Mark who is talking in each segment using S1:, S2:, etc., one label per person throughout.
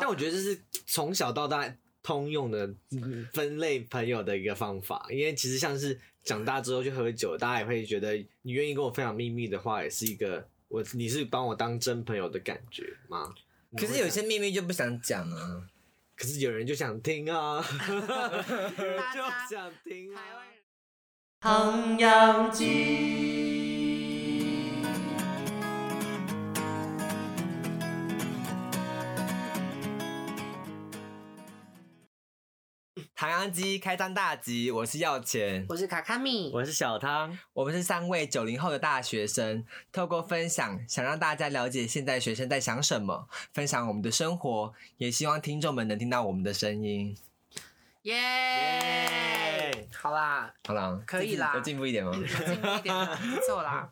S1: 但我觉得这是从小到大通用的分类朋友的一个方法，因为其实像是长大之后去喝酒，大家也会觉得你愿意跟我分享秘密的话，也是一个我你是帮我当真朋友的感觉吗？
S2: 可是有些秘密就不想讲啊。
S1: 可是有人就想听啊，有人就
S3: 大家
S1: 想听啊。
S3: 台湾人
S4: 唐扬鸡。
S2: 唐扬鸡开张大吉，我是要钱。
S3: 我是卡卡米，
S5: 我是小汤，
S2: 我们是三位九零后的大学生，透过分享，想让大家了解现在学生在想什么，分享我们的生活，也希望听众们能听到我们的声音。
S3: 耶！好啦，
S2: 好啦，
S3: 可以啦
S2: 有进步一点吗？
S3: 进步一点啦，不错啦。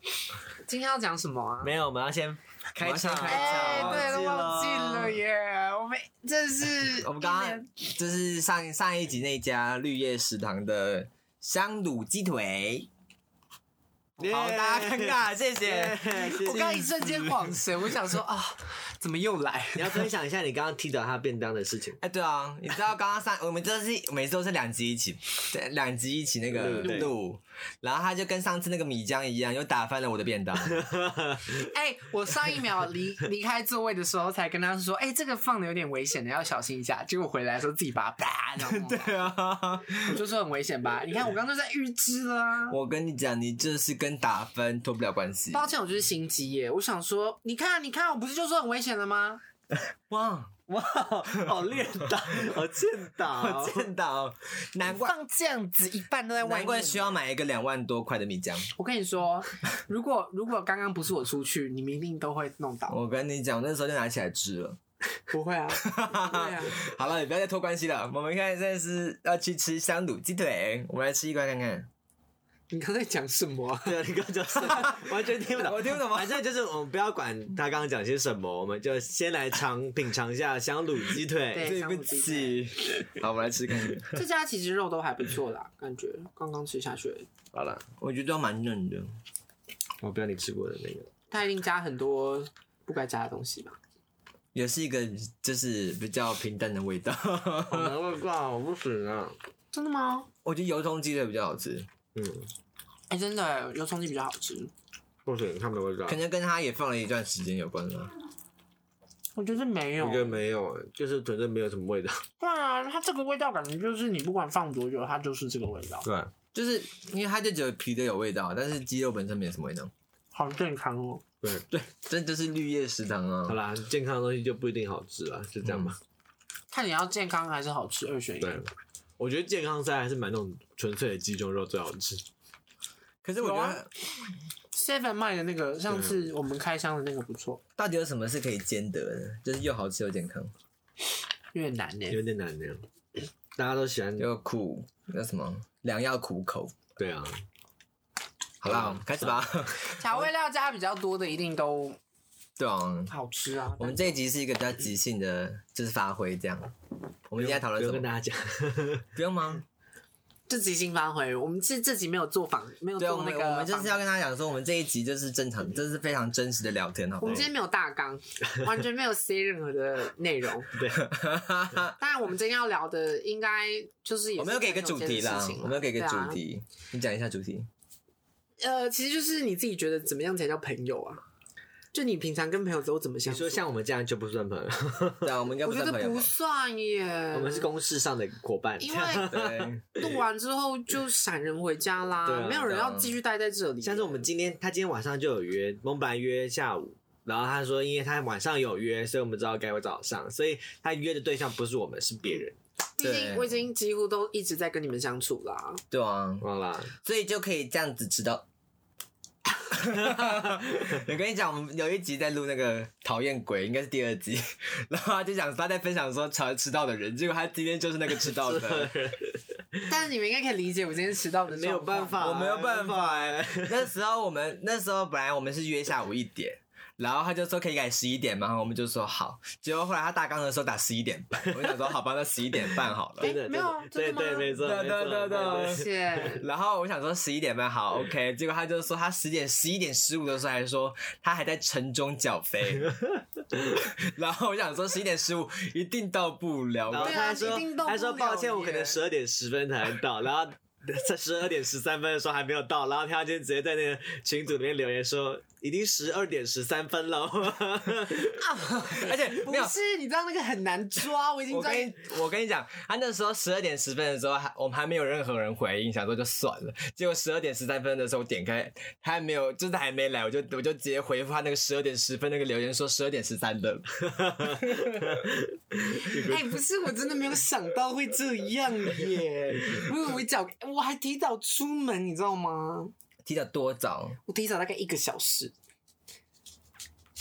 S3: 今天要讲什么啊？
S5: 没有，我们要先
S2: 开场，
S5: 马上
S3: 哎、
S5: 场
S3: 对，都忘
S5: 忘
S3: 记
S5: 记
S3: 了
S5: 了
S3: 耶！我们这 是
S2: 我们刚
S3: 一
S2: 刚
S3: 年
S2: 就是上上一集那家绿叶食堂的香卤鸡腿，好，大家尴尬，谢谢。
S3: 我刚刚一瞬间恍神，我想说 啊，怎么又来？
S1: 你要分享一下你刚刚踢倒他便当的事情，
S2: 哎，对啊，你知道刚刚上 我们这是每次都是两集一起，对两集一起那个
S1: 录
S2: 录，然后他就跟上次那个米浆一样，又打翻了我的 便当。
S3: 哎、我上一秒离离开座位的时候才跟他说，哎、这个放的有点危险的，要小心一下。结果回来的时候自己把它啪，然后
S2: 对啊，
S3: 我就说很危险吧？你看我刚刚就在预知了啊。
S2: 我跟你讲，你就是跟打分脱不了关系。
S3: 抱歉，我就是心机耶。我想说，你看，你看，我不是就说很危险了吗？
S2: 哇，
S1: 哇，好练打，好欠打哦、
S2: 我见到，难怪
S3: 放这样子，一半都在外
S2: 难怪
S3: 面。
S2: 需要买一个两万多块的米浆。
S3: 我跟你说，如果如果刚刚不是我出去，你们一定都会弄
S1: 哦
S3: 到。
S2: 我跟你讲，我那时候就拿起来吃了。
S3: 不会啊，对 啊，
S2: 好了，你不要再拖关系了。我们现在现在是要去吃香卤鸡腿，我们来吃一块看看。
S3: 你刚才讲什么啊？
S1: 对，你刚刚 就是完全听不懂，
S2: 我听不懂吗
S1: 反正就是我们不要管他刚刚讲些什么，我们就先来尝品尝一下香卤鸡腿。
S3: 对
S2: 对
S3: 香
S2: 不
S3: 卤鸡腿
S2: 起，好，我们来吃看看。
S3: 这家其实肉都还不错啦，感觉刚刚吃下去，
S1: 好了，
S2: 我觉得都蛮嫩的。
S1: 我不要你吃过的那个。
S3: 他一定加很多不该加的东西吧？
S2: 也是一个就是比较平淡的味道，
S1: 好难怪挂，我不行啊。
S3: 真的吗？
S2: 我觉得油葱鸡腿比较好吃，
S1: 嗯，
S3: 哎、真的油葱鸡比较好吃，
S1: 不行，他们的味道
S2: 可能跟它也放了一段时间有关啦。
S3: 我觉得没有
S1: 我。觉得没有，欸就是反正没有什么味道。
S3: 对啊，它这个味道感觉就是你不管放多久，它就是这个味道，
S1: 对，啊
S2: 就是因为它就只有皮的有味道，但是鸡肉本身没有什么味道。
S3: 好健康哦。
S2: 对，这就是绿叶食堂
S1: 好
S2: 啊。
S1: 啦，健康的东西就不一定好吃啦，就这样吧。
S3: 看你要健康还是好吃，二选一。
S1: 嗯对，我觉得健康菜还是买那种纯粹的鸡胸肉最好吃。
S2: 可是我觉
S3: 有
S2: 得
S3: 啊 Seven 卖的那个，
S1: 啊
S3: 上次我们开箱的那个不错，
S2: 到底有什么是可以兼得的？就是又好吃又健康，
S3: 越南呢、
S1: 有点难呢，大家都喜欢。
S2: 又苦，那什么良药苦口。
S1: 对啊，
S2: 好啦，开始吧。
S3: 调味料加比较多的一定都
S2: 对啊，
S3: 好吃啊。
S2: 我们这一集是一个比较即兴的，就是发挥这样。我们今天讨
S1: 不
S2: 论
S1: 用
S2: 什
S1: 跟
S2: 么？
S1: 大家讲。
S2: 不用吗？
S3: 这即兴发挥，我们这这集没有做访，没有
S2: 对，啊我
S3: 做
S2: 们
S3: 那个
S2: 我们就
S3: 访
S2: 是要跟他讲说，我们这一集就是正常，这是非常真实的聊天，好
S3: 我
S2: 不好
S3: 们？今天没有 大纲，完全没有塞任何的内容。
S1: 对，
S3: 当然，我们今天要聊的应该就是也
S2: 我们要给个主题啦
S3: 啦，，
S2: 我们要给个主
S3: 对啊。
S2: 题，你讲一下主题。
S3: 呃，其实就是你自己觉得怎么样才叫朋友啊？就你平常跟朋友都怎么
S1: 你
S3: 相处？
S1: 说像我们这样就不算朋友，
S2: 对啊，我们应该
S3: 我
S2: 不
S3: 觉
S2: 算朋
S3: 得
S2: 友
S3: 不
S2: 吧。
S3: 算耶，
S1: 我们是公事上的伙伴。
S3: 嗯因为
S2: 对，
S3: 录完之后就闪人回家啦，
S1: 对啊
S3: 没有人
S2: 对啊
S3: 要继续待在这里。
S1: 像是我们今天，他今天晚上就有约，我们本来约下午，然后他说因为他晚上有约，所以我们知道改为早上，所以他约的对象不是我们，是别人。
S3: 毕竟
S2: 对
S3: 我已经几乎都一直在跟你们相处啦。
S2: 对啊，
S3: 嗯
S1: 好啦，
S2: 所以就可以这样子知道。 我跟你讲，我们有一集在录那个讨厌鬼，应该是第二集， 然后他就讲他在分享说常迟到的人，结果他今天就是那个迟 到的。
S3: 但是你们应该可以理解我今天迟到的 状
S1: 没
S3: 况
S1: 有办法，
S2: 我没有办法
S1: 哎、
S2: 那时候我们那时候本来我们是约下午一点，然后他就说可以改十一点嘛，然后我们就说好。结果后来他大纲的时候打十一点半，我想说好吧，那十一点半好 了。
S1: 真的，
S3: 没有啊
S1: 对
S3: 真的
S1: 对，
S3: 吗
S1: 没错，
S2: 对
S1: 没错，
S2: 对对对
S1: 没
S3: 谢
S1: 错
S3: 谢。
S2: 然后我想说十一点半好，OK。结果他就说他十点十一点十五的时候还说他还在城中缴费， 然后我想说十一点十五一定到不了，
S1: 然后
S2: 我
S3: 对
S1: 他
S3: 啊
S1: 还说
S3: 一定动不
S1: 他说
S3: 了
S1: 抱歉，我可
S3: 耶
S1: 能十二点十分才到，然后。在十二点十三分的时候还没有到，然后他今天直接在那个群组里面留言说已经十二点十三分了，
S2: 而且
S3: 不
S2: 没有。
S3: 是，你知道那个很难抓，我已经
S2: 我
S3: 抓
S2: 跟。 你我跟你讲，他那时候十二点十分的时候，还我们还没有任何人回应，想说就算了。结果十二点十三分的时候，我点开，他还没有，就是他还没来，我就我就直接回复他那个十二点十分那个留言说十二点十三的。
S3: 哎、不是，我真的没有想到会这样耶！我以为早，我还提早出门，你知道吗？
S2: 提早多早？
S3: 我提早大概一个小时，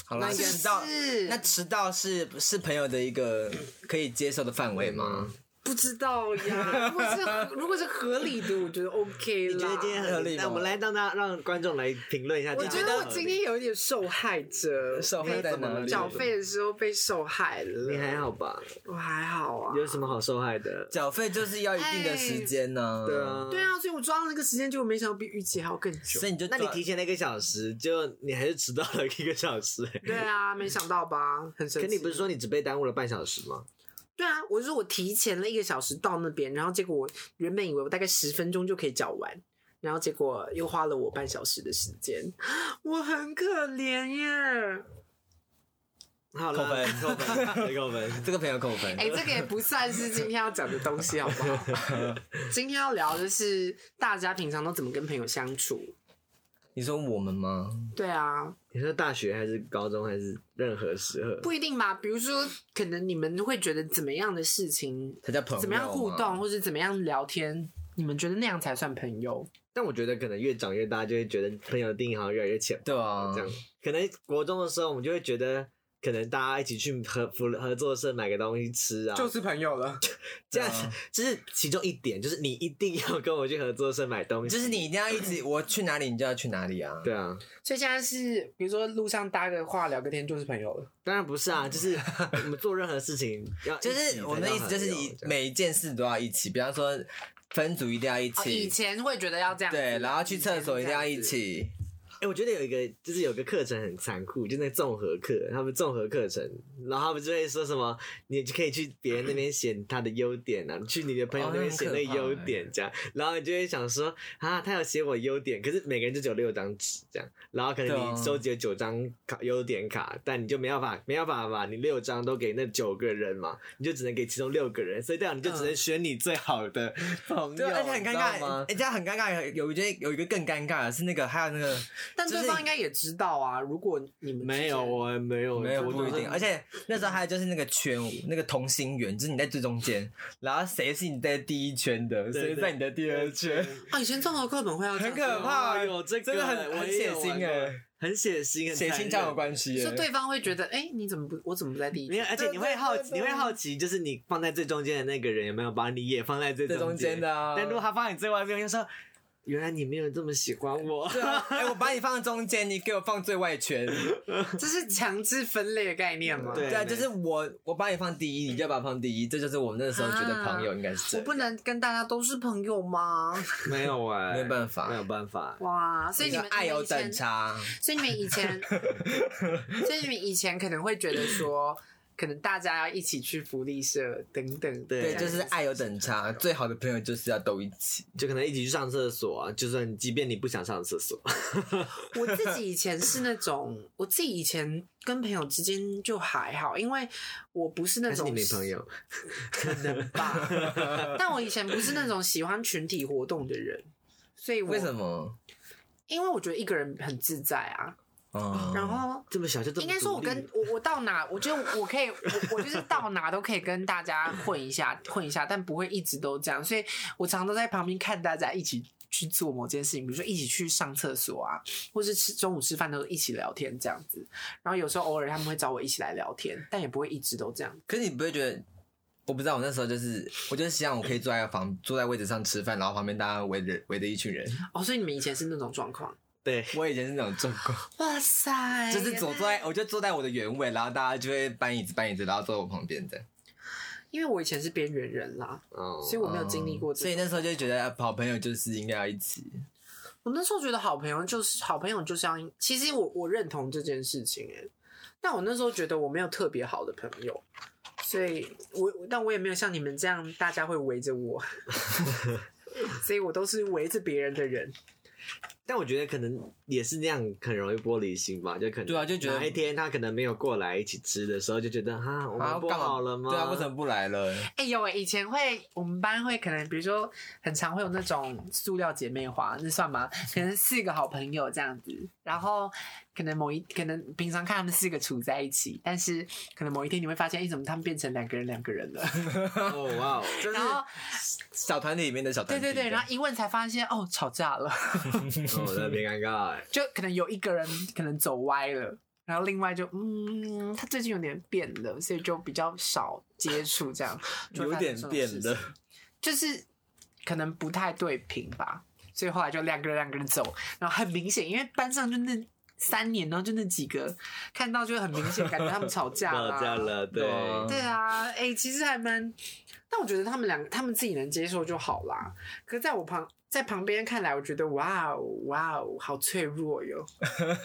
S2: 好了，
S3: 那
S2: 迟到
S3: 也是
S2: 那迟到是是朋友的一个可以接受的范围吗？
S3: 不知道呀。如果是 如果是合理的，我觉得 OK 啦。
S1: 你觉得今天
S2: 合
S1: 很
S2: 理吗
S1: 那我们来让他让观众来评论一下，
S3: 我觉得我今天有点受害者，
S2: 受害在哪里
S3: 缴费的时候被受害了。
S1: 你还好吧？
S3: 我还好啊。
S1: 有什么好受害的？
S2: 缴费就是要一定的时
S3: 哎
S2: 间呢、
S1: 对，啊，
S3: 对啊啊，所以我抓到那个时间，结果没想到比预期还要更久
S2: 所。以你就
S1: 那你
S2: 抓
S1: 提前了一个小时，就你还是迟到了一个小时、欸。
S3: 对啊，没想到吧，很神
S1: 可
S3: 奇。
S1: 你不是说你只被耽误了半小时吗？
S3: 对啊，我是说我提前了一个小时到那边，然后结果我原本以为我大概十分钟就可以缴完，然后结果又花了我半小时的时间， 我很可怜耶。
S1: 好了，
S2: 扣
S1: 扣 分，扣分。
S2: 这个朋友扣分。
S3: 哎、这个也不算是今天要讲的东西，好不好？今天要聊的是大家平常都怎么跟朋友相处。
S2: 你说我们吗？
S3: 对啊，
S1: 你说大学还是高中还是任何时候？
S3: 不一定吧。比如说，可能你们会觉得怎么样的事情，
S2: 才叫朋友。啊
S3: 怎么样互动，？或者怎么样聊天，你们觉得那样才算朋友？
S1: 但我觉得可能越长越大，就会觉得朋友的定义好像越来越浅。
S2: 对啊，
S3: 嗯
S1: 这样，可能国中的时候，我们就会觉得，可能大家一起去合合合作社买个东西吃啊，
S3: 是朋 友了。
S1: 这样。
S2: 嗯
S1: 这是其中一点，就是你一定要跟我去合作社买东西。
S2: 就是你一定要一 直，我去哪里你就要去哪里啊。
S1: 对啊，
S3: 所以现在是，比如说路上搭个话聊个天就是朋友了。
S1: 当然不是啊，就是我们做任何事情要一起
S2: 就
S1: 才叫朋友，
S2: 是我们的意思，就是一
S1: 这样
S2: 每一件事都要一起，比方说分组一定要一
S3: 哦、以
S2: 起，
S3: 前会觉得要这样子，
S2: 对，然后去厕所一定要一
S3: 以前是这样子。
S2: 起。
S1: 哎、我觉得有一个就是有个课程很残酷，就那个综合课，他们综合课程，然后他们就会说什么，你就可以去别人那边写他的优点啊，去你的
S2: 哦
S1: 朋友那边写那个优
S2: 欸
S1: 点这样，然后你就会想说啊，他有写我优点，可是每个人就只有六张纸这样，然后可
S2: 对啊
S1: 能你收集了九张卡优点卡，但你就没办法没办法把你六张都给那九个人嘛，你就只能给其中六个人，所以这样你就只能选你最好的朋友，
S2: 嗯对，啊而且很
S1: 你
S2: 尴
S1: 知道
S2: 尬，
S1: 吗？
S2: 人家很尴尬。有一件有一个更尴尬的是那个，还有那个
S3: 但
S2: 就是
S3: 对方应该也知道啊，如果你们
S1: 没有，
S3: 之间
S1: 我没有，
S2: 欸没有
S1: 我
S2: 不一
S1: 就是
S2: 定，而且那时候还有就是那个圈舞，那个同心圆，就是你在最中间，然后谁是你在第一圈的，
S1: 对
S2: 谁在你的第二圈，
S3: 啊，以前综合课本会要这
S2: 很
S3: 样子啊
S2: 可怕，
S1: 有哎这个
S2: 真的很
S1: 我
S2: 很
S1: 也
S2: 血
S1: 有玩
S2: 腥
S1: 过
S2: 哎，
S1: 很血腥，很
S2: 血
S1: 残
S2: 腥交友
S1: 忍。
S2: 关系耶
S3: 说，对方会觉得，哎、你怎么不，我怎么不在第一
S1: 没有，
S3: 圈？
S1: 而且你会好奇，
S2: 对对对
S1: 你会好奇，就是你放在最中间的那个人有没有把你也放在最
S2: 最中间
S1: 间
S2: 的啊
S1: 但如果他放在你最外面，就说原来你没有这么喜欢我。
S2: 对啊，哎，我把你放中间，你给我放最外圈，
S3: 这是强制分类的概念吗？
S1: 对
S2: 对啊，
S1: 没
S2: 就是我我把你放第一，你就把我放第一，这就是我们那时候觉
S3: 啊
S2: 得朋友应该是这
S3: 我
S2: 样，
S3: 不能跟大家都是朋友 吗？
S1: 没有哎
S2: 没有办法
S1: 没有办法。
S3: 哇，所以你们
S2: 爱有
S3: 你们
S2: 等
S3: 以前
S2: 差，
S3: 所以你们以前，所以你们以前可能会觉得说，可能大家要一起去福利社等等，
S1: 对
S2: 对，
S3: 这样
S2: 就是啊爱有等差，最好的朋友就是要都一起。
S1: 就可能一起去上厕所啊，就算即便你不想上厕所，
S3: 我自己以前是那种，我自己以前跟朋友之间就还好，因为我不是那
S1: 但是
S3: 种
S1: 你没朋友，
S3: 可能吧。但我以前不是那种喜欢群体活动的人，所以我
S2: 为什？么？
S3: 因为我觉得一个人很自在啊。
S2: 嗯
S3: 然后
S1: 这么小就这么
S3: 应该说，我
S1: 独立
S3: 跟我我到哪，我觉得我可以，我我就是到哪都可以跟大家混一下，混一下，但不会一直都这样。所以我常常都在旁边看大家一起去做某件事情，比如说一起去上厕所啊，或是吃中午吃饭都一起聊天这样子。然后有时候偶尔他们会找我一起来聊天，但也不会一直都这样。
S2: 可是你不会觉得？我不知道，我那时候就是，我就是希望我可以坐在房坐在位置上吃饭，然后旁边大家围着围着一群人。
S3: 哦，所以你们以前是那种状况？
S1: 对，
S2: 我以前是那种状况，
S3: 哇塞，
S2: 就是走坐在，我就坐在我的原位，然后大家就会搬椅子搬椅子，然后坐在我旁边这样。
S3: 因为我以前是边缘人啦，
S1: 哦，
S3: 所以我没有经历过
S2: 嗯
S3: 这
S2: 所以那时候就觉得啊好朋友就是应该要一起。
S3: 我那时候觉得好朋友就是好朋友，就是要其实我我认同这件事情哎、但我那时候觉得我没有特别好的朋友，所以我但我也没有像你们这样，大家会围着我，所以我都是围着别人的人。
S1: 但我觉得可能也是那样，很容易玻璃心吧，就可能
S2: 对啊就觉得
S1: 哪一天他可能没有过来一起吃的时候，就觉得哈，我们不
S2: 干嘛
S1: 好了吗？
S2: 对啊，为什么不来了？
S3: 哎、有哎、以前会我们班会可能比如说很常会有那种塑料姐妹花，那算吗？可能四个好朋友这样子，然后可能某一可能平常看他们四个处在一起，但是可能某一天你会发现，哎、怎么他们变成两个人两个人了？
S1: 哦 哇哦，
S3: 然后
S2: 小团体里面的小团
S3: 对
S2: 体，
S3: 对对，然后
S2: 后
S3: 一问才发现哦，吵架了，
S2: 嗯
S1: 哦那 别尴尬哎。
S3: 就可能有一个人可能走歪了。然后另外就嗯，他最近有点变了，所以就比较少接触这 样。就会
S2: 有
S3: 发生
S2: 点
S3: 这种
S2: 变
S3: 事情
S2: 的，
S3: 就是可能不太对频吧，所以后来就两个人两个人走，然后很明显，因为班上就那三年，然后就那几个，看到就很明显，感觉他们 吵架了、
S1: 到家。了，对，
S2: 啊
S3: 对啊，哎、其实还蛮，但我觉得他们两个他们自己能接受就好啦。可是在我旁在旁边看来，我觉得哇哦哇哦，好脆弱哟。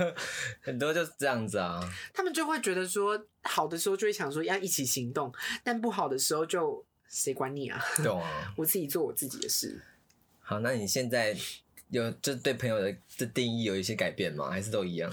S2: 很多就是这样子啊。
S3: 他们就会觉得说，好的时候就会想说要一起行动，但不好的时候就谁管你啊？
S2: 懂啊。
S3: 我自己做我自己的事。
S2: 好，那你现在有就对朋友的这定义有一些改变吗？还是都一样？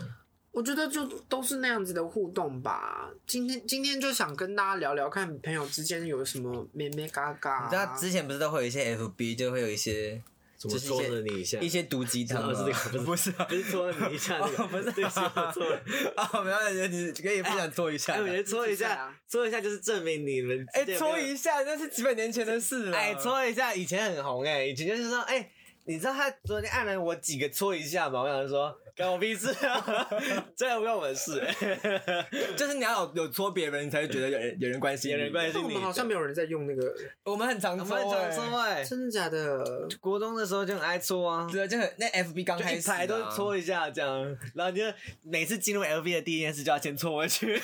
S3: 我觉得就都是那样子的互动吧。今天今天就想跟大家聊聊，看朋友之间有什么咩咩嘎嘎、啊
S1: 啊
S2: 你知道之前不是都会有一些 FB 就会有一些
S1: 怎么戳了你一下？
S2: 一些毒鸡汤
S1: 哦
S2: 吗？
S1: 是这个，
S2: 不
S1: 不
S2: 是
S1: 是
S2: 啊
S1: 不是戳了你一 下，那个
S2: 哦不是啊
S1: 对不起，我错 了。
S2: 啊，没有，你可以分享做一下
S1: 哎，。我觉得戳一
S3: 是这
S1: 下
S3: 样，
S1: 戳一下就是证明你们
S2: 哎，
S1: 之间有没有
S2: 戳一下，那是几百年前的事了。
S1: 哎，戳一下，以前很红哎，以前就是说哎。你知道他昨天暗了我几个戳一下吗？我想说，关我屁事啊！ 这又不关我的事、哎
S2: 就是你要有有戳别人，你才会觉得有人有人关心你，
S1: 有人关
S3: 但
S1: 心
S3: 我
S1: 你
S3: 们。好像没有人在用那个，
S2: 我们很常
S1: 我
S2: 戳，
S1: 们常
S2: 哎
S1: 说哎，
S3: 真的假的？
S1: 国中的时候就很爱戳啊，
S2: 对，就很那 FB 刚
S1: 就
S2: 开
S1: 一
S2: 始啊
S1: 排都戳一下这样，然后你就每次进入 LV 的第一件事就要先戳回 去，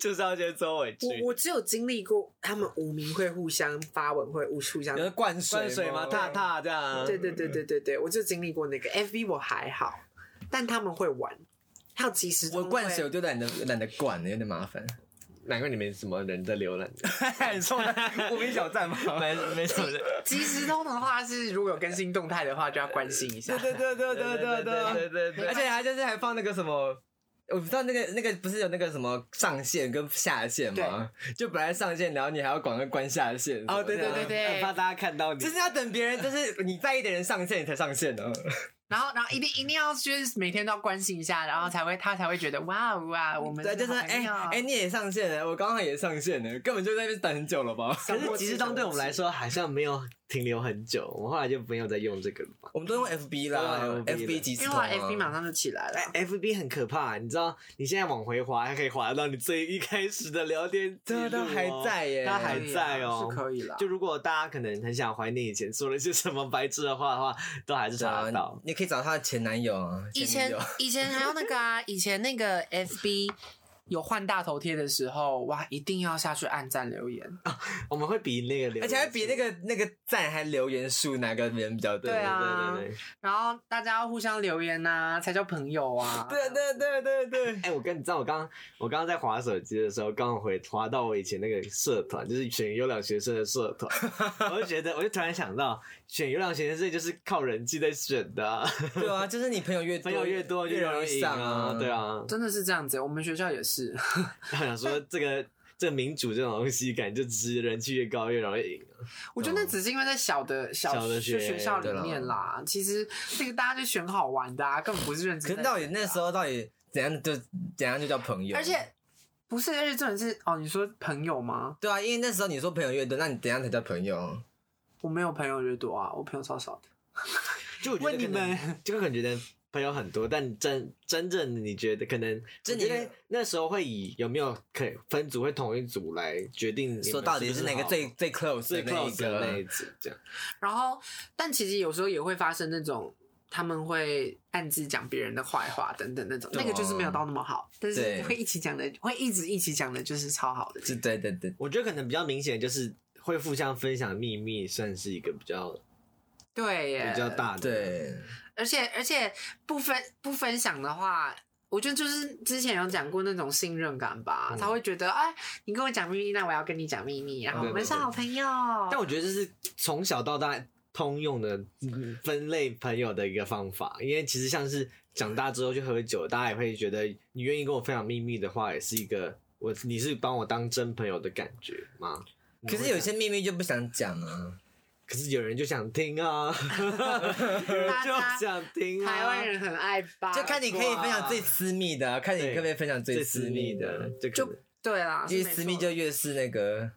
S1: 就是要先戳回去。
S3: 我我只有经历过他们五名会互相发文，会互互相
S2: 有。人嗯灌水
S1: 灌水嘛，踏踏这样。
S3: 对对对对对对，我就经历过那个 FV，我还好，但他们会玩，还有即时通
S2: 我
S3: 会
S2: 灌水我就懒得懒得灌了，有点麻烦。
S1: 难怪你们什么人在浏览，
S2: 你说无名小站吗？
S1: 没没什么人。
S3: 即时通的话是，如果有更新动态的话，就要关心一下。
S2: 对对
S1: 对
S2: 对对
S1: 对
S2: 对对
S1: 对对对，
S2: 而且还就是还放那个什么。我不知道那个那个不是有那个什么上线跟下线吗？就本来上线，然后你还要广告关下线。
S3: 哦对对对对
S1: 很怕大家看到你
S2: 就。是要等别人，就是你在意的人上线，你才上线呢。
S3: 然后，然后一定一定要就是每天都要关心一下，然后才会他才会觉得哇哦哇，我们
S2: 对，就是哎
S3: 哎
S2: 哎，你也上线了，我刚好也上线了，根本就在那边等很久了吧？
S1: 可是即时通对我们来说好像没有停留很久，我们后来就没有再用这个了吧。
S2: 我们都用 FB 啦
S1: 都用 FB
S2: ，FB 即时
S3: 因
S2: 通
S3: 为后
S2: 啊
S3: 来 FB 马上就起
S2: 哎
S3: 来了，
S1: 哎 F B 很可怕，你知道，你现在往回滑，还可以滑到你最一开始的聊天记录哦，
S2: 对都哎还在耶
S1: 它还在哦，
S3: 是可以啦。
S1: 就如果大家可能很想怀念以前说了些什么白痴的话的话，都还是
S2: 对
S1: 查
S2: 啊
S1: 得到。
S2: 你可以找她的前男友啊，
S3: 以
S2: 前女
S3: 前
S2: 友
S3: 以前还有那个啊，以前那个 FB 有换大头贴的时候，哇，一定要下去按赞留言。
S1: 我们会比那个留言数，
S2: 而且还比那个那个赞还留言数哪个人比较多。
S3: 对啊
S1: 对对对。
S3: 然后大家要互相留言呐、才叫朋友 啊。
S2: 对对对对啊对，
S1: 哎、我跟你知道，我刚我刚刚在划手机的时候，刚好回划到我以前那个社团，就是选优良学生的社 团，我就觉得，我就突然想到，选优良学生这就是靠人气在选的 啊、
S2: 对啊，就是你朋友越多，
S1: 朋友越多就
S2: 越容
S1: 易赢
S2: 上
S1: 啊，对
S2: 啊。
S1: 啊。
S3: 真的是这样子，我们学校也是。
S1: 我想说这个。这民主这种东西，感觉就只是人气越高越容易赢啊。
S3: 我觉得那只是因为在小的小
S1: 小的
S3: 学
S1: 学
S3: 学校里
S2: 对啦
S3: 面啦，其实那个大家就选好玩的啊，根本不是认
S2: 可
S3: 真。
S2: 是到底那时
S3: 候，
S2: 候到底怎样就怎样就叫朋友？
S3: 啊而且不是，而且重点是哦，你说朋友吗？
S2: 对啊，因为那时候你说朋友越多，那你怎样才叫朋友？
S3: 我没有朋友越多啊，我朋友超少的。
S1: 就我觉得
S3: 问你
S1: 可能
S3: 们，
S1: 就可能觉得朋友很多，但真真正你觉得可能，
S2: 就
S1: 我
S2: 你
S1: 觉得那时候会以有没有可以分组会同一组来决定你们
S2: 说到底
S1: 是
S2: 是
S1: 不
S2: 哪个
S1: 好
S2: 最最 close
S1: 最
S2: 的那一
S1: close 的那一
S2: 个？
S1: 组这样。
S3: 然后，但其实有时候也会发生那种他们会暗自讲别人的坏话等等那种，那个就是没有到那么好，但是
S2: 对
S3: 会一起讲的，会一直一起讲的，就是超好的。
S2: 是对对对，
S1: 我觉得可能比较明显就是会互相分享秘密，算是一个比较
S3: 对耶，
S1: 比较大的。，
S2: 对，
S3: 而且而且不分不分享的话，我觉得就是之前有讲过那种信任感吧，
S2: 嗯
S3: 他会觉得哎，你跟我讲秘密，那我要跟你讲秘密，然后我们是好朋友。
S1: 但我觉得这是从小到大通用的分类朋友的一个方法，因为其实像是长大之后去喝酒，大家也会觉得你愿意跟我分享秘密的话，也是一个我你是帮我当真朋友的感觉吗？
S2: 可是有些秘密就不想讲啊。
S1: 可是有人就想听啊，有人就想听啊，
S3: 台湾人很爱吧，
S2: 就看你可以分享最私密的啊、看你可不可以分享
S1: 最
S2: 最
S1: 私
S2: 私
S1: 密
S2: 密
S1: 的
S2: 的，，
S1: 这
S3: 就
S1: 个
S3: 对啦，
S2: 越
S3: 啊是没
S2: 私密
S3: 错
S2: 就越是那个。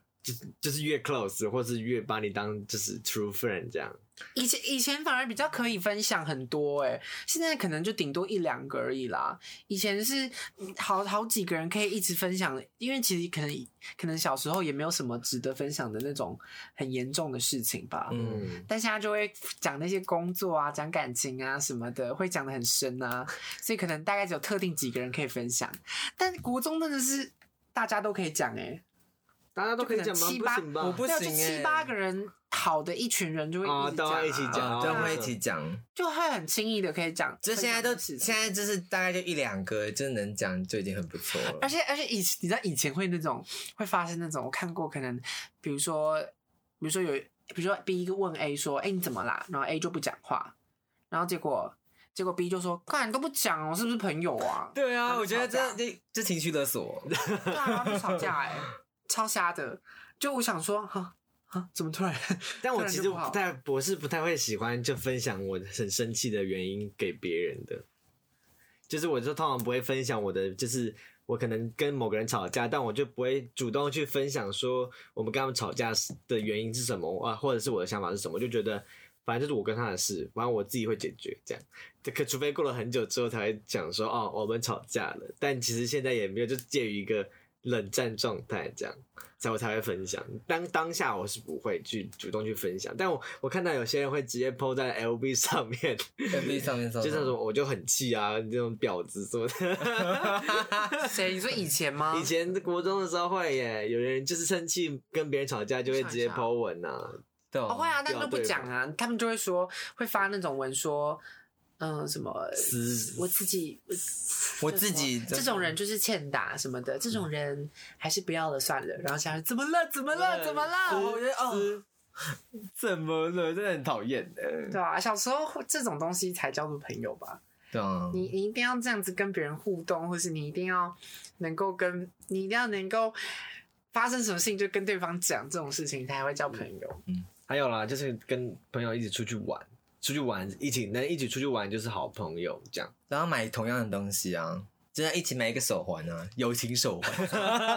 S1: 就是越 close，或是越把你当就是 true friend 这样。
S3: 以前以前反而比较可以分享很多哎、现在可能就顶多一两个而已啦。以前是嗯好好几个人可以一直分享，因为其实可能可能小时候也没有什么值得分享的那种很严重的事情吧。
S2: 嗯，
S1: 嗯，
S3: 但现在就会讲那些工作啊、讲感情啊什么的，会讲的很深啊，所以可能大概只有特定几个人可以分享。但国中真的是大家都可以讲哎、
S1: 大家都可以讲吗？
S3: 就可能七
S1: 不
S3: 八
S1: 行吧？
S2: 我不
S3: 对啊
S2: 行
S3: 就
S2: 欸
S3: 七八个人好的一群人就会
S1: 哦
S3: 一直讲、
S1: 都要一起讲
S2: 啊，
S1: 啊
S2: 就会一起讲。
S3: 就会很轻易的可以讲，
S2: 就现在都
S3: 是，
S2: 现在就是大概就一两个，就能讲就已经很不错了。
S3: 而且而且以你知道以前会那种会发生那种，我看过可能，比如说比如说有比如说 B 一个问 A 说，哎、你怎么啦？然后 A 就不讲话，然后结果结果 B 就说，干你都不讲哦，是不是朋友啊？
S2: 对
S3: 还
S2: 啊，
S3: 会
S2: 我觉得
S3: 吵架
S2: 这这这情绪勒索，
S3: 对啊，就吵架哎、超瞎的。就我想说，哈哈，怎 么突然？
S1: 但我
S3: 突然
S1: 其
S3: 就
S1: 实
S3: 不好
S1: 不太，我是不太会喜欢就分享我很生气的原因给别人的，就是我就通常不会分享我的，就是我可能跟某个人吵架，但我就不会主动去分享说我们跟他们吵架的原因是什么啊，或者是我的想法是什么，我就觉得反正就是我跟他的事，反正我自己会解决这样。这可除非过了很久之后才会讲说哦，我们吵架了，但其实现在也没有，就介于一个冷战状态这样。才我才会分享。当当下我是不会去主动去分享，但我我看到有些人会直接 PO 在 LB 上面，
S2: 在 B 上面说，
S1: 就像说我就很气啊，你这种婊子什么的。
S3: 谁？你说以前吗？
S1: 以前国中的时候会耶，有人就是生气跟别人吵架就会直接 PO 文啊，
S2: 对
S3: 哦，会啊，但
S1: 掉
S3: 都不
S1: 对
S3: 讲
S1: 方
S3: 啊，他们就会说会发那种文说，嗯、什么
S1: 私
S3: 我自己，呃
S2: 我自己
S3: 这种人就是欠打什么的，这
S1: 嗯
S3: 种人还是不要了算了。然后想着怎么了，怎么了，怎么
S1: 嗯
S3: 了？我觉得哦，
S2: 怎么了？真的很讨厌的。
S3: 对啊，小时候会这种东西才叫做朋友吧。
S2: 对啊，
S3: 你你一定要这样子跟别人互动，或是你一定要能够跟你一定要能够发生什么事情就跟对方讲这种事情，才会叫朋友。
S1: 还有啦，就是跟朋友一起出去玩，出去玩一起能一起出去玩就是好朋友这样。
S2: 然后买同样的东西啊，就要一起买一个手环啊，友情手环，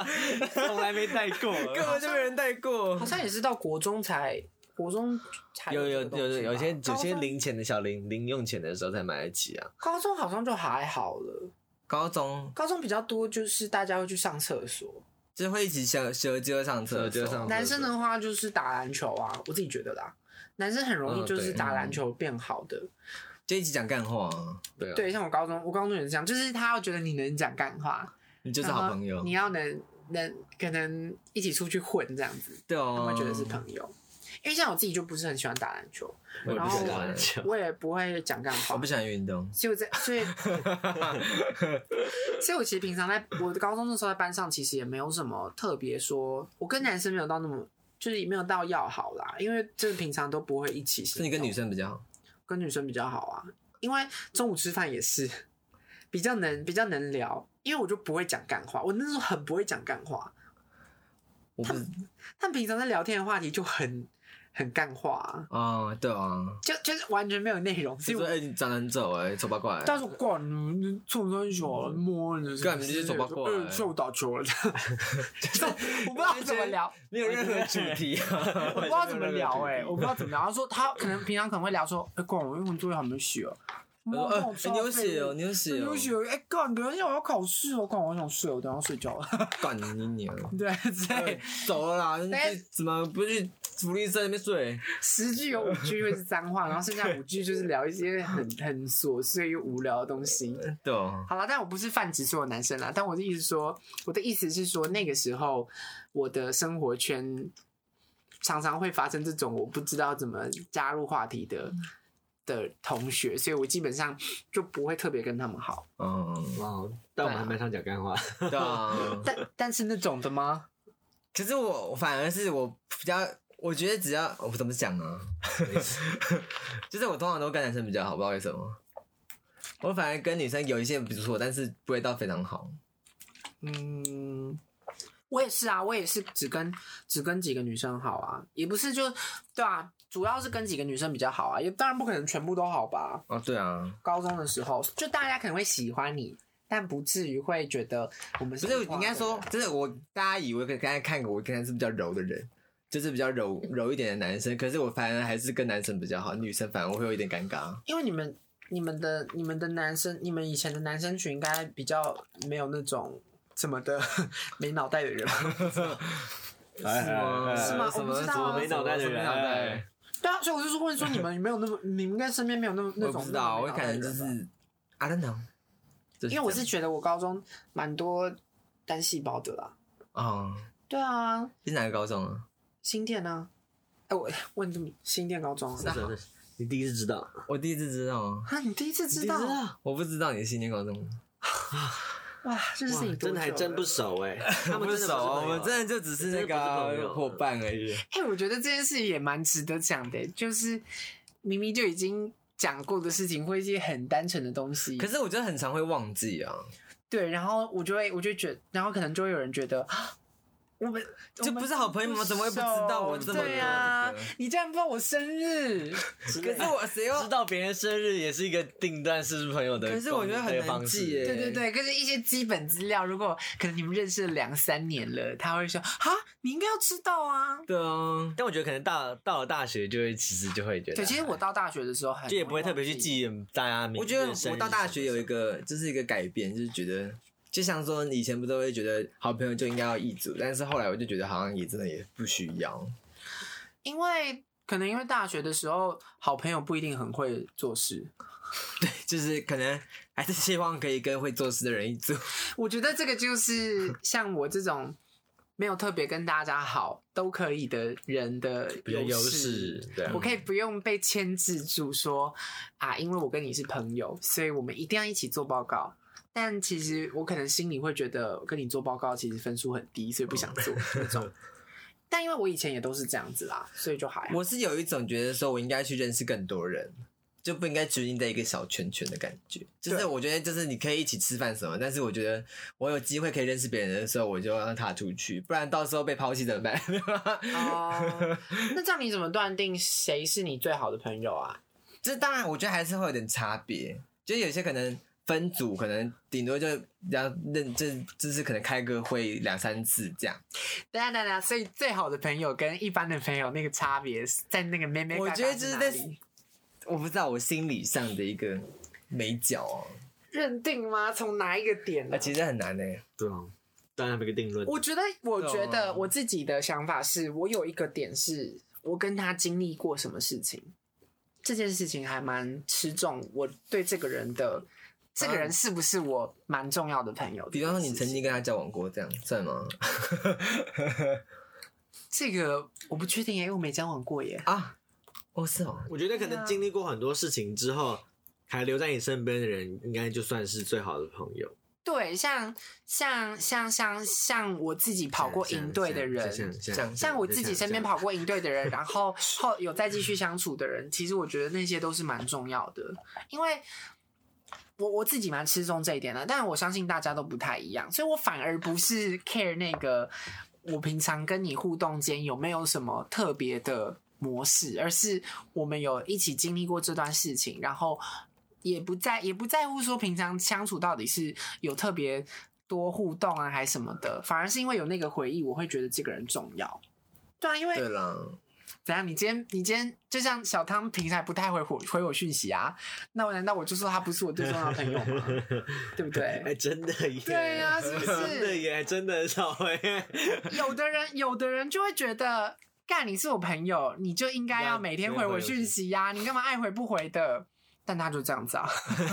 S1: 从来没带过，
S2: 根本就没人带过
S3: 好。像也是到国中才国中才
S1: 有有
S3: 这个东
S1: 有
S3: 西
S1: 有有些
S3: 吧
S1: 有些
S3: 高中
S1: 零钱的小零零用钱的时候才买得起啊。
S3: 高中好像就还好了，
S2: 高中
S3: 高中比较多就是大家会去上厕所。
S2: 就会一起舌舌尖上厕
S1: 舌
S2: 所，
S1: 尖上
S3: 男生的话就是打篮球啊，我自己觉得啦，男生很容易
S1: 嗯
S3: 就
S1: 对
S3: 是打篮球变好的。
S2: 就一起讲干话啊，
S1: 对啊，
S3: 对，像我高中，我高中也是这样，就是他要觉得你能讲干话，
S2: 你就是好朋
S3: 然
S2: 友
S3: 嗯后你。要能能可能一起出去混这样子，
S2: 对
S3: 他
S2: 哦，
S3: 们会觉得是朋友。因为像我自己就不是很喜欢打篮球，
S1: 我也不
S3: 然后
S1: 喜欢打篮球。
S3: 我也不会讲干话
S2: 我不，喜欢运动。
S3: 所以我在所 以所以我其实平常在我高中的时候在班上，其实也没有什么特别说，我跟男生没有到那么。就是也没有到要好啦，因为就是平常都不会一起行
S2: 是
S3: 动。
S2: 你跟女生比较好，
S3: 跟女生比较好啊，因为中午吃饭也是比较能比较能聊，因为我就不会讲干话，我那时候很不会讲干话，
S2: 我不
S3: 但平常在聊天的话题就很很干话、啊，
S2: 哦，对啊，
S3: 就就是完全没有内容，
S2: 就
S3: 所以
S2: 说
S3: 我
S2: 哎，你长得很丑哎，丑八怪。
S3: 但是我挂你们冲三小啊摸你，
S2: 嗯干你就是走吧过来
S3: 说哎我打 球了，这样就是我不知道怎么聊，
S2: 没有任何主题啊，
S3: 我不知道怎么聊哎、我不知道怎么聊。他说他可能平常可能会聊说，哎、欸，管我英文作业还没写哦，
S2: 我说
S3: 摸摸
S2: 呃
S3: 我，超
S2: 哎你有
S3: 废
S2: 血
S3: 物
S2: 哦，你有血哦，
S3: 有血，哎、干，等一下我要考试哦，干，我想睡，我等一下睡觉了。
S2: 干你娘！
S3: 对，所以
S2: 哎，走了啦，你
S3: 哎
S2: 去怎么不去福利社那边睡？
S3: 十句有五句会是脏话，然后剩下五句就是聊一些很很琐碎又无聊的东西。
S2: 对哦，
S3: 好了，但我不是泛指所有男生啦，但我的意思说，我的意思是说，那个时候我的生活嗯圈常常会发生这种我不知道怎么加入话题的的同学，所以我基本上就不会特别跟他们好。
S2: 嗯，
S1: 哇，但我们还蛮想讲干话。
S2: 对啊。
S3: 但但是那种的吗？
S2: 可是我我反而是我比较，我觉得只要我怎么讲呢、 就是我通常都跟男生比较好，不知道为什么。我反而跟女生有一些不错，但是不会到非常好。
S3: 嗯，我也是啊，我也是只跟只跟几个女生好啊，也不是就对啊，主要是跟几个女生比较好啊，也当然不可能全部都好吧。
S2: 哦，对啊，
S3: 高中的时候，就大家可能会喜欢你，但不至于会觉得我们
S2: 不
S3: 是
S2: 是
S3: 一挂
S2: 应该
S3: 的
S2: 说
S3: 人，
S2: 就是我大家以为跟刚才看过，我刚才是比较柔的人，就是比较柔柔一点的男生。可是我反而还是跟男生比较好，女生反而会有一点尴尬。
S3: 因为你们你们的你们的男生，你们以前的男生群应该比较没有那种这么的 没脑袋的人吧。
S1: 是吗
S3: 是吗
S2: 什
S3: 我不
S2: 么
S3: 知道啊
S2: 什么
S1: 没脑袋的
S2: 什么没
S1: 人哎
S2: 脑袋？
S3: 对啊，所以我就是问说，你们有没有那么，你们应该身边没有那么那
S2: 我
S3: 种
S2: 不知道，
S3: 那
S2: 我
S3: 么没脑袋的
S2: 感
S3: 人
S2: 觉就
S3: 吧
S2: 是 I don't know，
S3: 因为我是
S2: 就
S3: 觉得我高中蛮多单细胞的啦。
S2: 这样哦，
S3: 对啊，
S2: 你是哪个高中啊？
S3: 新店啊，哎、我问这么新店高中啊
S1: 真的是你第一次知道，
S2: 我第一次知道啊，
S3: 啊，你第一次知道
S1: 你
S2: 我不知道你是新年高中，
S3: 哇，这是
S1: 哇
S3: 你多
S1: 真的还
S3: 久
S1: 真
S3: 了
S1: 不。熟哎，他们
S2: 不
S1: 真的
S2: 熟啊，
S1: 不
S2: 我
S1: 是朋友啊
S2: 们真的就只是那
S1: 真的不是朋
S2: 个
S1: 友啊
S2: 伙伴而已。
S3: 哎、我觉得这件事也蛮值得讲的、就是明明就已经讲过的事情，或一些很单纯的东西，
S2: 可是我觉得很常会忘记啊，
S3: 对，然后我就会，我就觉得，然后可能就会有人觉得，啊我们
S2: 就不是好朋友吗？怎么会不知道我这
S3: 这
S2: 么多
S3: 对啊
S2: 的？，
S3: 你竟然不知道我生 日，
S2: 可是我
S1: 知
S2: 谁又
S1: 道别人生日也是一个定段是不是朋友的方，
S2: 可是我觉得很难
S1: 的方式
S2: 记耶
S3: 对对对，可是一些基本资料，如果可能你们认识了两三年了，他会说啊，你应该要知道啊。
S2: 对啊？
S1: 但我觉得可能到到了大学就会，其实就会觉得，
S3: 对，其实我到大学的时候很
S1: 就也不会
S3: 容易
S1: 特别去
S3: 忘记。
S1: 记大家名。
S2: 我觉得
S1: 生日
S2: 我到大学有一个就是一个改变，就是觉得。就像说，以前不都会觉得好朋友就应该要一组，但是后来我就觉得好像也真的也不需要。
S3: 因为可能因为大学的时候，好朋友不一定很会做事。
S2: 就是可能还是希望可以跟会做事的人一组。
S3: 我觉得这 个就是像我这种没有特别跟大家好都可以的人的
S1: 比较优
S3: 势。
S1: 势，对啊
S3: 我可以不用被牵制住说啊，因为我跟你是朋友，所以我们一定要一起做报告。但其实我可能心里会觉得，跟你做报告其实分数很低，所以不想
S1: 哦
S3: 做那种。 但因为我以前也都是这样子啦，所以就还好。
S2: 我是有一种觉得说，我应该去认识更多人，就不应该拘泥在一个小圈圈的感觉。就是
S3: 对
S2: 我觉得，就是你可以一起吃饭什么，但是我觉得我有机会可以认识别人的时候，我就要踏出去，不然到时候被抛弃怎么办？
S3: 哦，那这样你怎么断定谁是你最好的朋友啊？
S2: 这当然，我觉得还是会有点差别，就是有些可能。分组可能顶多就比较认，就就是可能开个会两三次这样。
S3: 等一下等一下，所以最好的朋友跟一般的朋友那个差别是在那个妹妹，
S2: 我觉得就是在
S3: 哪里
S2: 我不知道我心理上的一个美角哦、
S3: 认定吗？从哪一个点呢、
S2: 啊，其实很难呢、
S1: 对啊，当然没个定论。
S3: 我觉得，我觉
S2: 对啊
S3: 得我自己的想法是，我有一个点是，我跟他经历过什么事情，这件事情还蛮吃重我对这个人的，这个人是不是我蛮重要的朋友。
S2: 比方说，你
S3: 这件
S2: 曾
S3: 事
S2: 经
S3: 情
S2: 跟他交往过，这样算吗？
S3: 这个我不确定耶，因为我没交往过耶。
S2: 啊，哦是哦，
S1: 我觉得可
S3: 啊
S1: 能经历过很多事情之后，还留在你身边的人，应该就算是最好的朋友。
S3: 对，像像像像像我自己跑过营队的人，
S1: 像像
S2: 像
S3: 像我自己身边跑过营队的人，然后后有再继续相处的人，其实我觉得那些都是蛮重要的，因为我我自己蛮吃重这一点的，但我相信大家都不太一样，所以我反而不是 care 那个我平常跟你互动间有没有什么特别的模式，而是我们有一起经历过这段事情，然后也不在也不在乎说平常相处到底是有特别。多互动啊，还是什么的，反而是因为有那个回忆，我会觉得这个人重要。对啊，因为
S2: 对啦，
S3: 怎样？你今天你今天就像小汤平常不太回回回我讯息啊，那我难道我就说他不是我最重要的朋友吗？对不
S1: 哎、
S3: 对？
S1: 真的耶！
S3: 对啊是不是
S1: 真的耶，真的很少会。
S3: 有的人有的人就会觉得，干你是我朋友，你就应该要每天回我讯息呀、你干嘛爱回不回的？但他就这样子啊，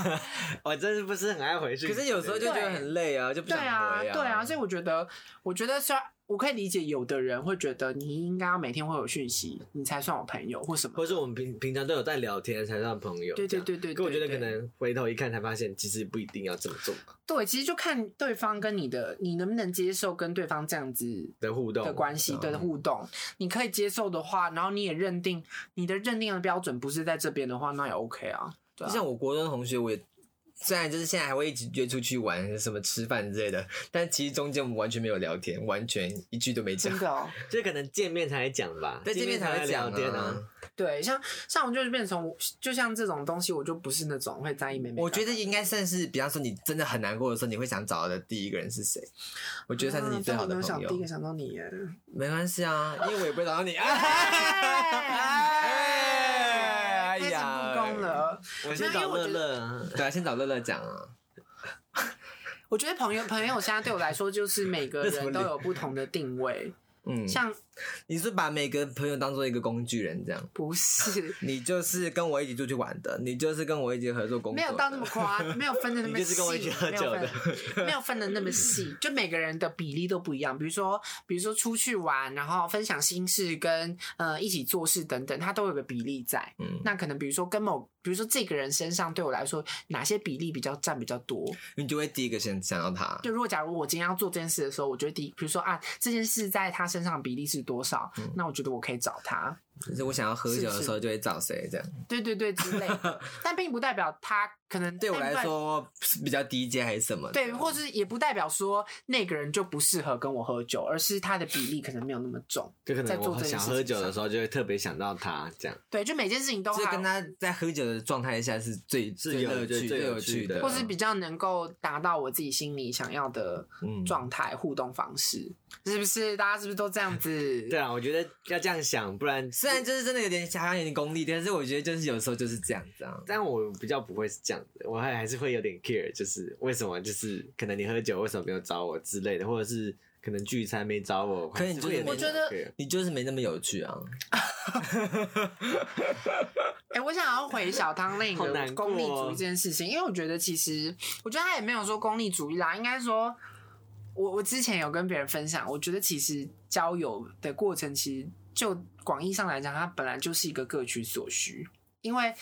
S1: 我真是不是很爱回去，
S2: 可是有时候就觉得很累啊，就不
S3: 对
S2: 想
S3: 啊，
S2: 回
S3: 对啊，所以我觉得，我觉得虽然我可以理解有的人会觉得你应该要每天会有讯息，你才算我朋友或什么
S1: 或。是我们平平常都有在聊天才算朋友这
S3: 对
S1: 样。
S3: 对对对对
S1: 可我觉得可
S3: 对
S1: 能回头一看才发现，其实不一定要这么做
S3: 对，其实就看对方跟你的，你能不能接受跟对方这样子
S1: 的互动
S3: 的关系
S1: 嗯
S3: 的互动。你可以接受的话，然后你也认定你的认定的标准不是在这边的话，那也 OK 啊。对
S2: 就
S3: 啊
S2: 像我国中的同学，我也虽然就是现在还会一直约出去玩，什么吃饭之类的，但其实中间我们完全没有聊天，完全一句都没讲
S3: 真。的、哦，
S1: 就可能见面才讲吧，
S2: 在见面才
S1: 才
S2: 会
S1: 聊
S2: 讲
S1: 天
S2: 啊。。
S3: 对，像像我就是变成我，就像这种东西，我就不是那种会在意妹妹。
S2: 我觉得应该算是，比方说你真的很难过的时候，你会想找的第一个人是谁？我觉得算是你最好的
S3: 啊
S2: 朋
S3: 但我没有想
S2: 友
S3: 第一。个想到你 耶，
S2: 没关系啊，因为我也不会找 到你。
S3: 哎
S2: 哎
S3: 开始不公。了。
S1: 我先
S3: 没有
S1: 找
S3: 因为我
S1: 乐
S3: 觉
S1: 乐，
S2: 对啊，先找乐乐讲啊。
S3: 我觉得朋友朋友现在对我来说，就是 每个
S2: 那什么
S3: 人
S2: 脸
S3: 都有不同的定位。
S2: 嗯，
S3: 像
S2: 你是把每个朋友当做一个工具人这样，
S3: 不 是
S2: 你就是跟我一起出去玩的，你就是跟我一起合作工作的，
S3: 没有到那么夸，没有分的那么细，
S1: 你就是跟我一起喝酒的
S3: 没有分，没有分的那么细，就每个人的比例都不一样。比如说，比如说出去玩，然后分享心事跟呃一起做事等等，它都有个比例在。
S2: 嗯，
S3: 那可能比如说跟某，比如说这个人身上对我来说，哪些比例比较占比较多？
S2: 你就会第一个先想到他。
S3: 就如果假如我今天要做这件事的时候，我觉得第一，比如说啊，这件事在他身上的比例是多少，那我觉得我可以找他。
S2: 就是我想要喝酒的时候，就会找谁这样。
S3: 对对对之类的，但并不代表他可能
S2: 对我
S3: 但哎不
S2: 来
S3: 代
S2: 说是比较低阶还是什么的？
S3: 对，或是也不代表说那个人就不适合跟我喝酒，而是他的比例可能没有那么重。
S1: 就可
S3: 在
S1: 能
S3: 做
S1: 我
S3: 这件
S1: 想
S3: 事
S1: 喝
S3: 情
S1: 酒的
S3: 上
S1: 时候就会特别想到他这样。
S3: 对，就每件事情都
S2: 所以
S3: 还
S2: 跟他在喝酒的状态下是最
S1: 是
S2: 最
S1: 有
S2: 乐趣、
S1: 最最有
S2: 有
S1: 趣的
S2: 的，
S3: 或是比较能够达到我自己心里想要的
S2: 嗯
S3: 状态、互动方式，是不是？大家是不是都这样子？
S1: 对啊，我觉得要这样想，不然
S2: 虽然就是真的有点好像有点功利，但是我觉得就是有时候就是这样子啊。
S1: 但我比较不会是这样的，我还还是会有点 care，就是为什么就是可能你喝酒为什么没有找我之类的，或者是可能聚餐没找我，
S2: 可是你
S1: 还是会有
S2: 就
S1: 点
S2: 是我觉
S3: 得
S1: care
S2: 你就是没那么有趣啊，
S3: 哎、我想要回小汤那
S1: 好难
S3: 个
S1: 过哦
S3: 功利主义这件事情，因为我觉得其实，我觉得他也没有说功利主义啦，应该说，我我之前有跟别人分享，我觉得其实交友的过程，其实就广义上来讲，它本来就是一个各取所需，因为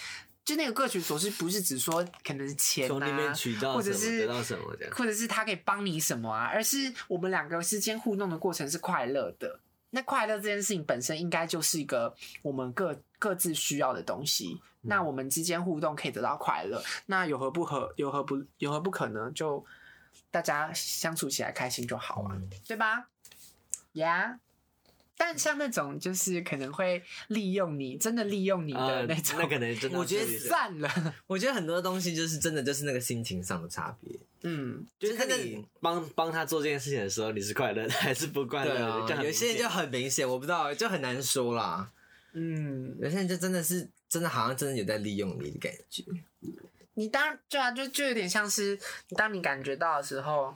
S3: 就那个各取所需，不是只说可能是钱
S1: 从里面
S3: 啊。
S1: 取到
S3: 或
S1: 什
S3: 者
S1: 么
S3: 是
S1: 得到什么这样。
S3: 或者是他可以帮你什么啊？而是我们两个之间互动的过程是快乐的。那快乐这件事情本身应该就是一个我们各各自需要的东西。
S1: 嗯
S3: 那我们之间互动可以得到快乐，那有何不可？有何不有何不可呢？就大家相处起来开心就好啊，
S1: 嗯
S3: 对吧？呀、但像那种就是可能会利用你，真的利用你
S1: 呃
S3: 的那种，
S1: 那可能 真的
S2: 我觉得
S1: 是
S3: 算了。
S2: 我觉得很多东西就是真的就是那个心情上的差别。
S3: 嗯，
S1: 就是看
S2: 真的
S1: 你帮帮他做这件事情的时候，你是快乐的 还是不快乐
S2: 对
S1: 的？
S2: 啊
S1: 就，很
S2: 有些人
S1: 明显
S2: 就很明显，我不知道，就很难说啦。
S3: 嗯，
S2: 有些人就真的是真的好像真的有在利用你的感觉。
S3: 你当对啊，就就有点像是当你感觉到的时候，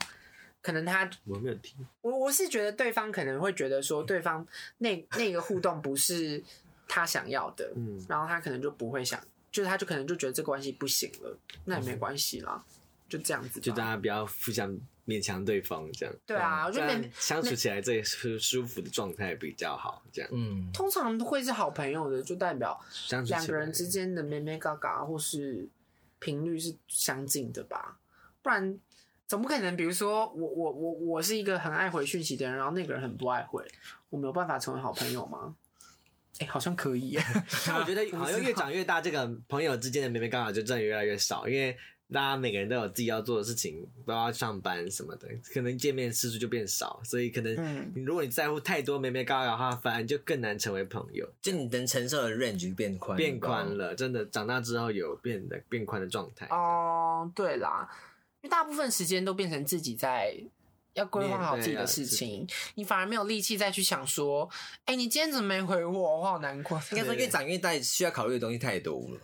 S3: 可能他
S1: 我没有听，
S3: 我我是觉得对方可能会觉得说对方那那个互动不是他想要的，
S1: 嗯，
S3: 然后他可能就不会想，就是他就可能就觉得这关系不行了，那也没关系啦，就这样子吧，
S1: 就大家不要互相勉强对方这样。
S3: 对啊，我
S1: 这
S3: 觉得
S1: 样
S3: 每
S1: 相处起来最舒舒服的状态比较好，这样
S2: 嗯，
S3: 通常会是好朋友的，就代表
S1: 相处起来
S3: 两个人之间的咩咩嘎嘎或是频率是相近的吧，不然总不可能，比如说我我我我是一个很爱回讯息的人，然后那个人很不爱回，我没有办法成为好朋友吗？哎、好像可以耶，
S1: 但我觉得好像越长越大，这个朋友之间的妹妹刚好就真的越来越少，因为大家每个人都有自己要做的事情，都要上班什么的，可能见面次数就变少，所以可能
S3: 嗯
S1: 你如果你在乎太多妹妹刚好的话，反而就更难成为朋友，
S3: 哦
S2: 就你能承受的 range 变宽，
S1: 变宽。了。真的长大之后有变得变宽的状态，
S3: 哦、对啦，因为大部分时间都变成自己在要规划啊好自己的事情，你反而没有力气再去想说，哎、你今天怎么没回我？我好难过。
S2: 应该说越长越大，需要考虑的东西太多了。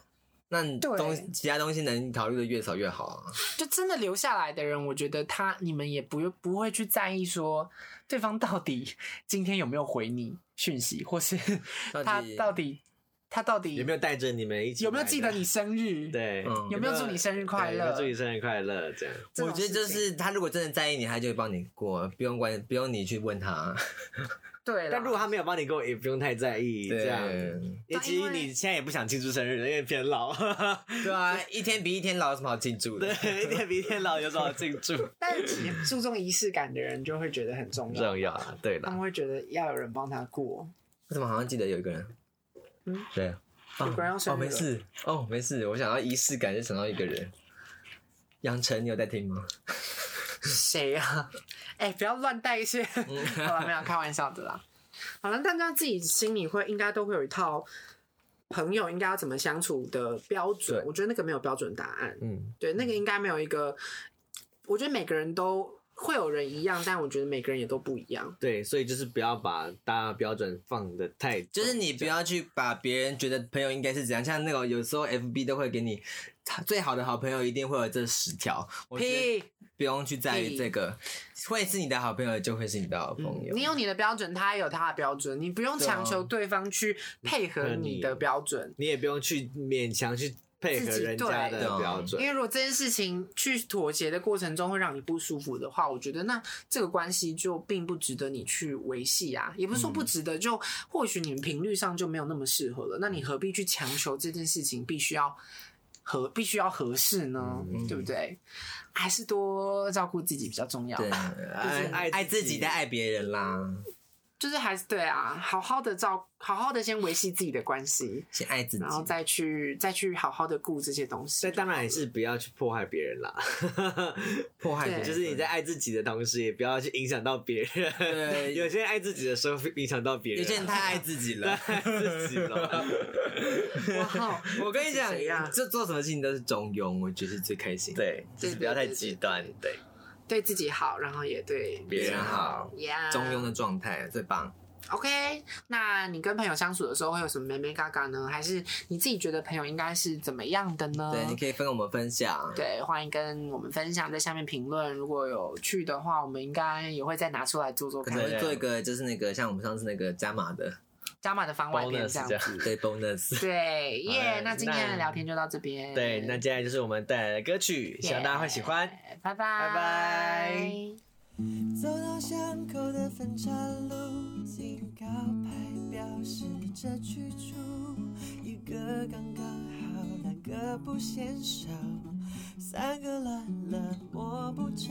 S2: 那你
S3: 对
S2: 东西其他东西能考虑的越少越好啊。
S3: 就真的留下来的人，我觉得他你们也不不会去在意说 对方到底今天有没有回你讯息，或是
S2: 到底
S3: 他到底他到底
S1: 有没有带着你们一起？
S3: 有没有记得你？生日？，
S1: 对，
S2: 嗯
S3: 有没有祝你生日快
S1: 对有没
S3: 乐？
S1: 有祝你生日快乐，这样。
S3: 这
S2: 我
S3: 种
S2: 觉得就
S3: 事情
S2: 是他如果真的在意你，他就会帮你过，不用管，不用你去问 他。
S3: 对啦。
S1: 但如果他没有帮你过，也不用太在意，
S2: 对
S1: 这样。也
S3: 对
S1: 其
S3: 因
S1: 实
S3: 为
S1: 你现在也不想庆祝生日了，因为偏老，
S2: 对啊，一天比一天老有什么好庆祝的？
S1: 对，一点比一天老有什么好庆祝？
S3: 但注重仪式感的人就会觉得很重要，
S1: 要啊，对
S3: 他
S1: 啦。
S3: 们会觉得要有人帮他过。
S2: 我怎么好像记得有一个人？
S3: 嗯，
S2: 对，
S3: 有个人要
S2: 哦，
S3: 生日
S2: 没事，哦，没事，我想到仪式感就想到一个人，杨晨，你有在听吗？
S3: 谁啊？ 哎、不要乱带一些。
S2: 嗯
S3: 好了，没有开玩笑的啦。好了，大家自己心里会应该都会有一套朋友应该要怎么相处的标准。
S2: 对
S3: 我觉得那个没有标准答案，
S2: 嗯，
S3: 对，那个应该没有一个。我觉得每个人都会有人一样，但我觉得每个人也都不一样。
S1: 对，所以就是不要把大家标准放的太重，
S2: 就是你不要去把别人觉得朋友应该是怎样，像那种有时候 FB 都会给你最好的好朋友一定会有这十条，我觉得
S3: 屁，
S2: 不用去在意
S3: 屁嗯
S2: 这个，会是你的好朋友就会是你的好朋友。
S3: 你有你的标准，他也有他的标准，你不用
S2: 对啊
S3: 强求对方去配合你的标准。
S1: 你也不用去勉强去配合
S3: 自己
S1: 人家
S3: 对
S1: 的标
S3: 因
S1: 准。
S3: 为如果这件事情去妥协的过程中会让你不舒服的话，我觉得那这个关系就并不值得你去维系啊，也不是说
S2: 嗯
S3: 不值得，就或许你们频率上就没有那么适合了，那你何必去强求这件事情必须要合必须要合适呢？
S2: 嗯
S3: 对不对？还是多照顾自己比较重要
S2: 对，
S3: 吧。
S2: 爱
S1: 爱
S2: 爱
S1: 自
S2: 自
S1: 己
S2: 己，再爱别人啦，
S3: 就是还是对啊，好好的照，好好的先维系自己的关系，
S2: 先爱自己
S3: 然。后再去再去好好的顾这些东西
S1: 但。当然也是不要去迫害别人啦，
S2: 迫害
S3: 对
S2: 别人
S1: 就是你在爱自己的同时，也不要去影响到别人。
S2: 对
S1: 有些人爱自己的时候会影响到别人
S2: 有
S1: 啊，
S2: 些人太爱自己
S1: 太
S2: 了。
S1: 爱 自己了。
S3: 哇好，
S2: 我跟你讲
S3: 谁呀，
S2: 这做什么事情都是中庸，我觉得是最开心。，
S5: 对，就
S3: 对
S5: 是不要太
S3: 对对
S5: 极
S3: 对
S5: 端，对，
S3: 对自己好，然后也对
S2: 别人好，
S3: Yeah，
S2: 中庸的状态最棒。
S3: OK，那你跟朋友相处的时候会有什么美美嘎嘎呢？还是你自己觉得朋友应该是怎么样的呢？
S2: 对，你可以分我们分享。
S3: 嗯对欢迎跟我们分享，在下面评论。如果有趣的话，我们应该也会再拿出来做做
S2: 可
S3: 看
S2: 能。会
S5: 对
S2: 做一个，就是那个像我们上次那个加码的，
S3: 加码的番外篇
S1: Bonus
S3: 这样
S1: 这样
S3: 子。
S2: 对 bonus，
S3: 对，耶、
S1: 好
S3: 那今天
S1: 那
S3: 的聊天就到这边。
S1: 对，那接下来就是我们带来的歌曲，希望大家会喜欢。
S3: 拜拜拜
S1: 拜。
S6: 走到巷口的分岔路，几个告牌表示这去处，一个刚刚好，两个不嫌少，三个乱了摸不着，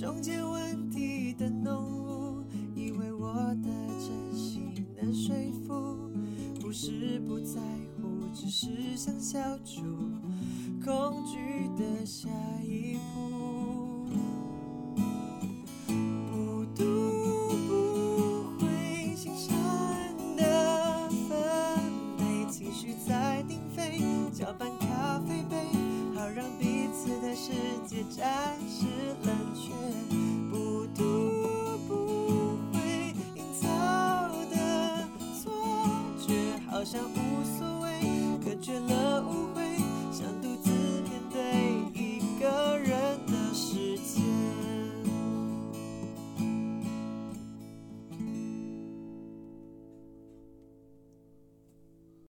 S6: 中间问题的浓雾，以为我的真心能说服，不是不在乎，只是想消除恐惧的下一步。不读不回心上的分类，情绪在定飞，搅拌咖啡杯，好让彼此的世界暂时冷却。不读不回营造的错觉，好像无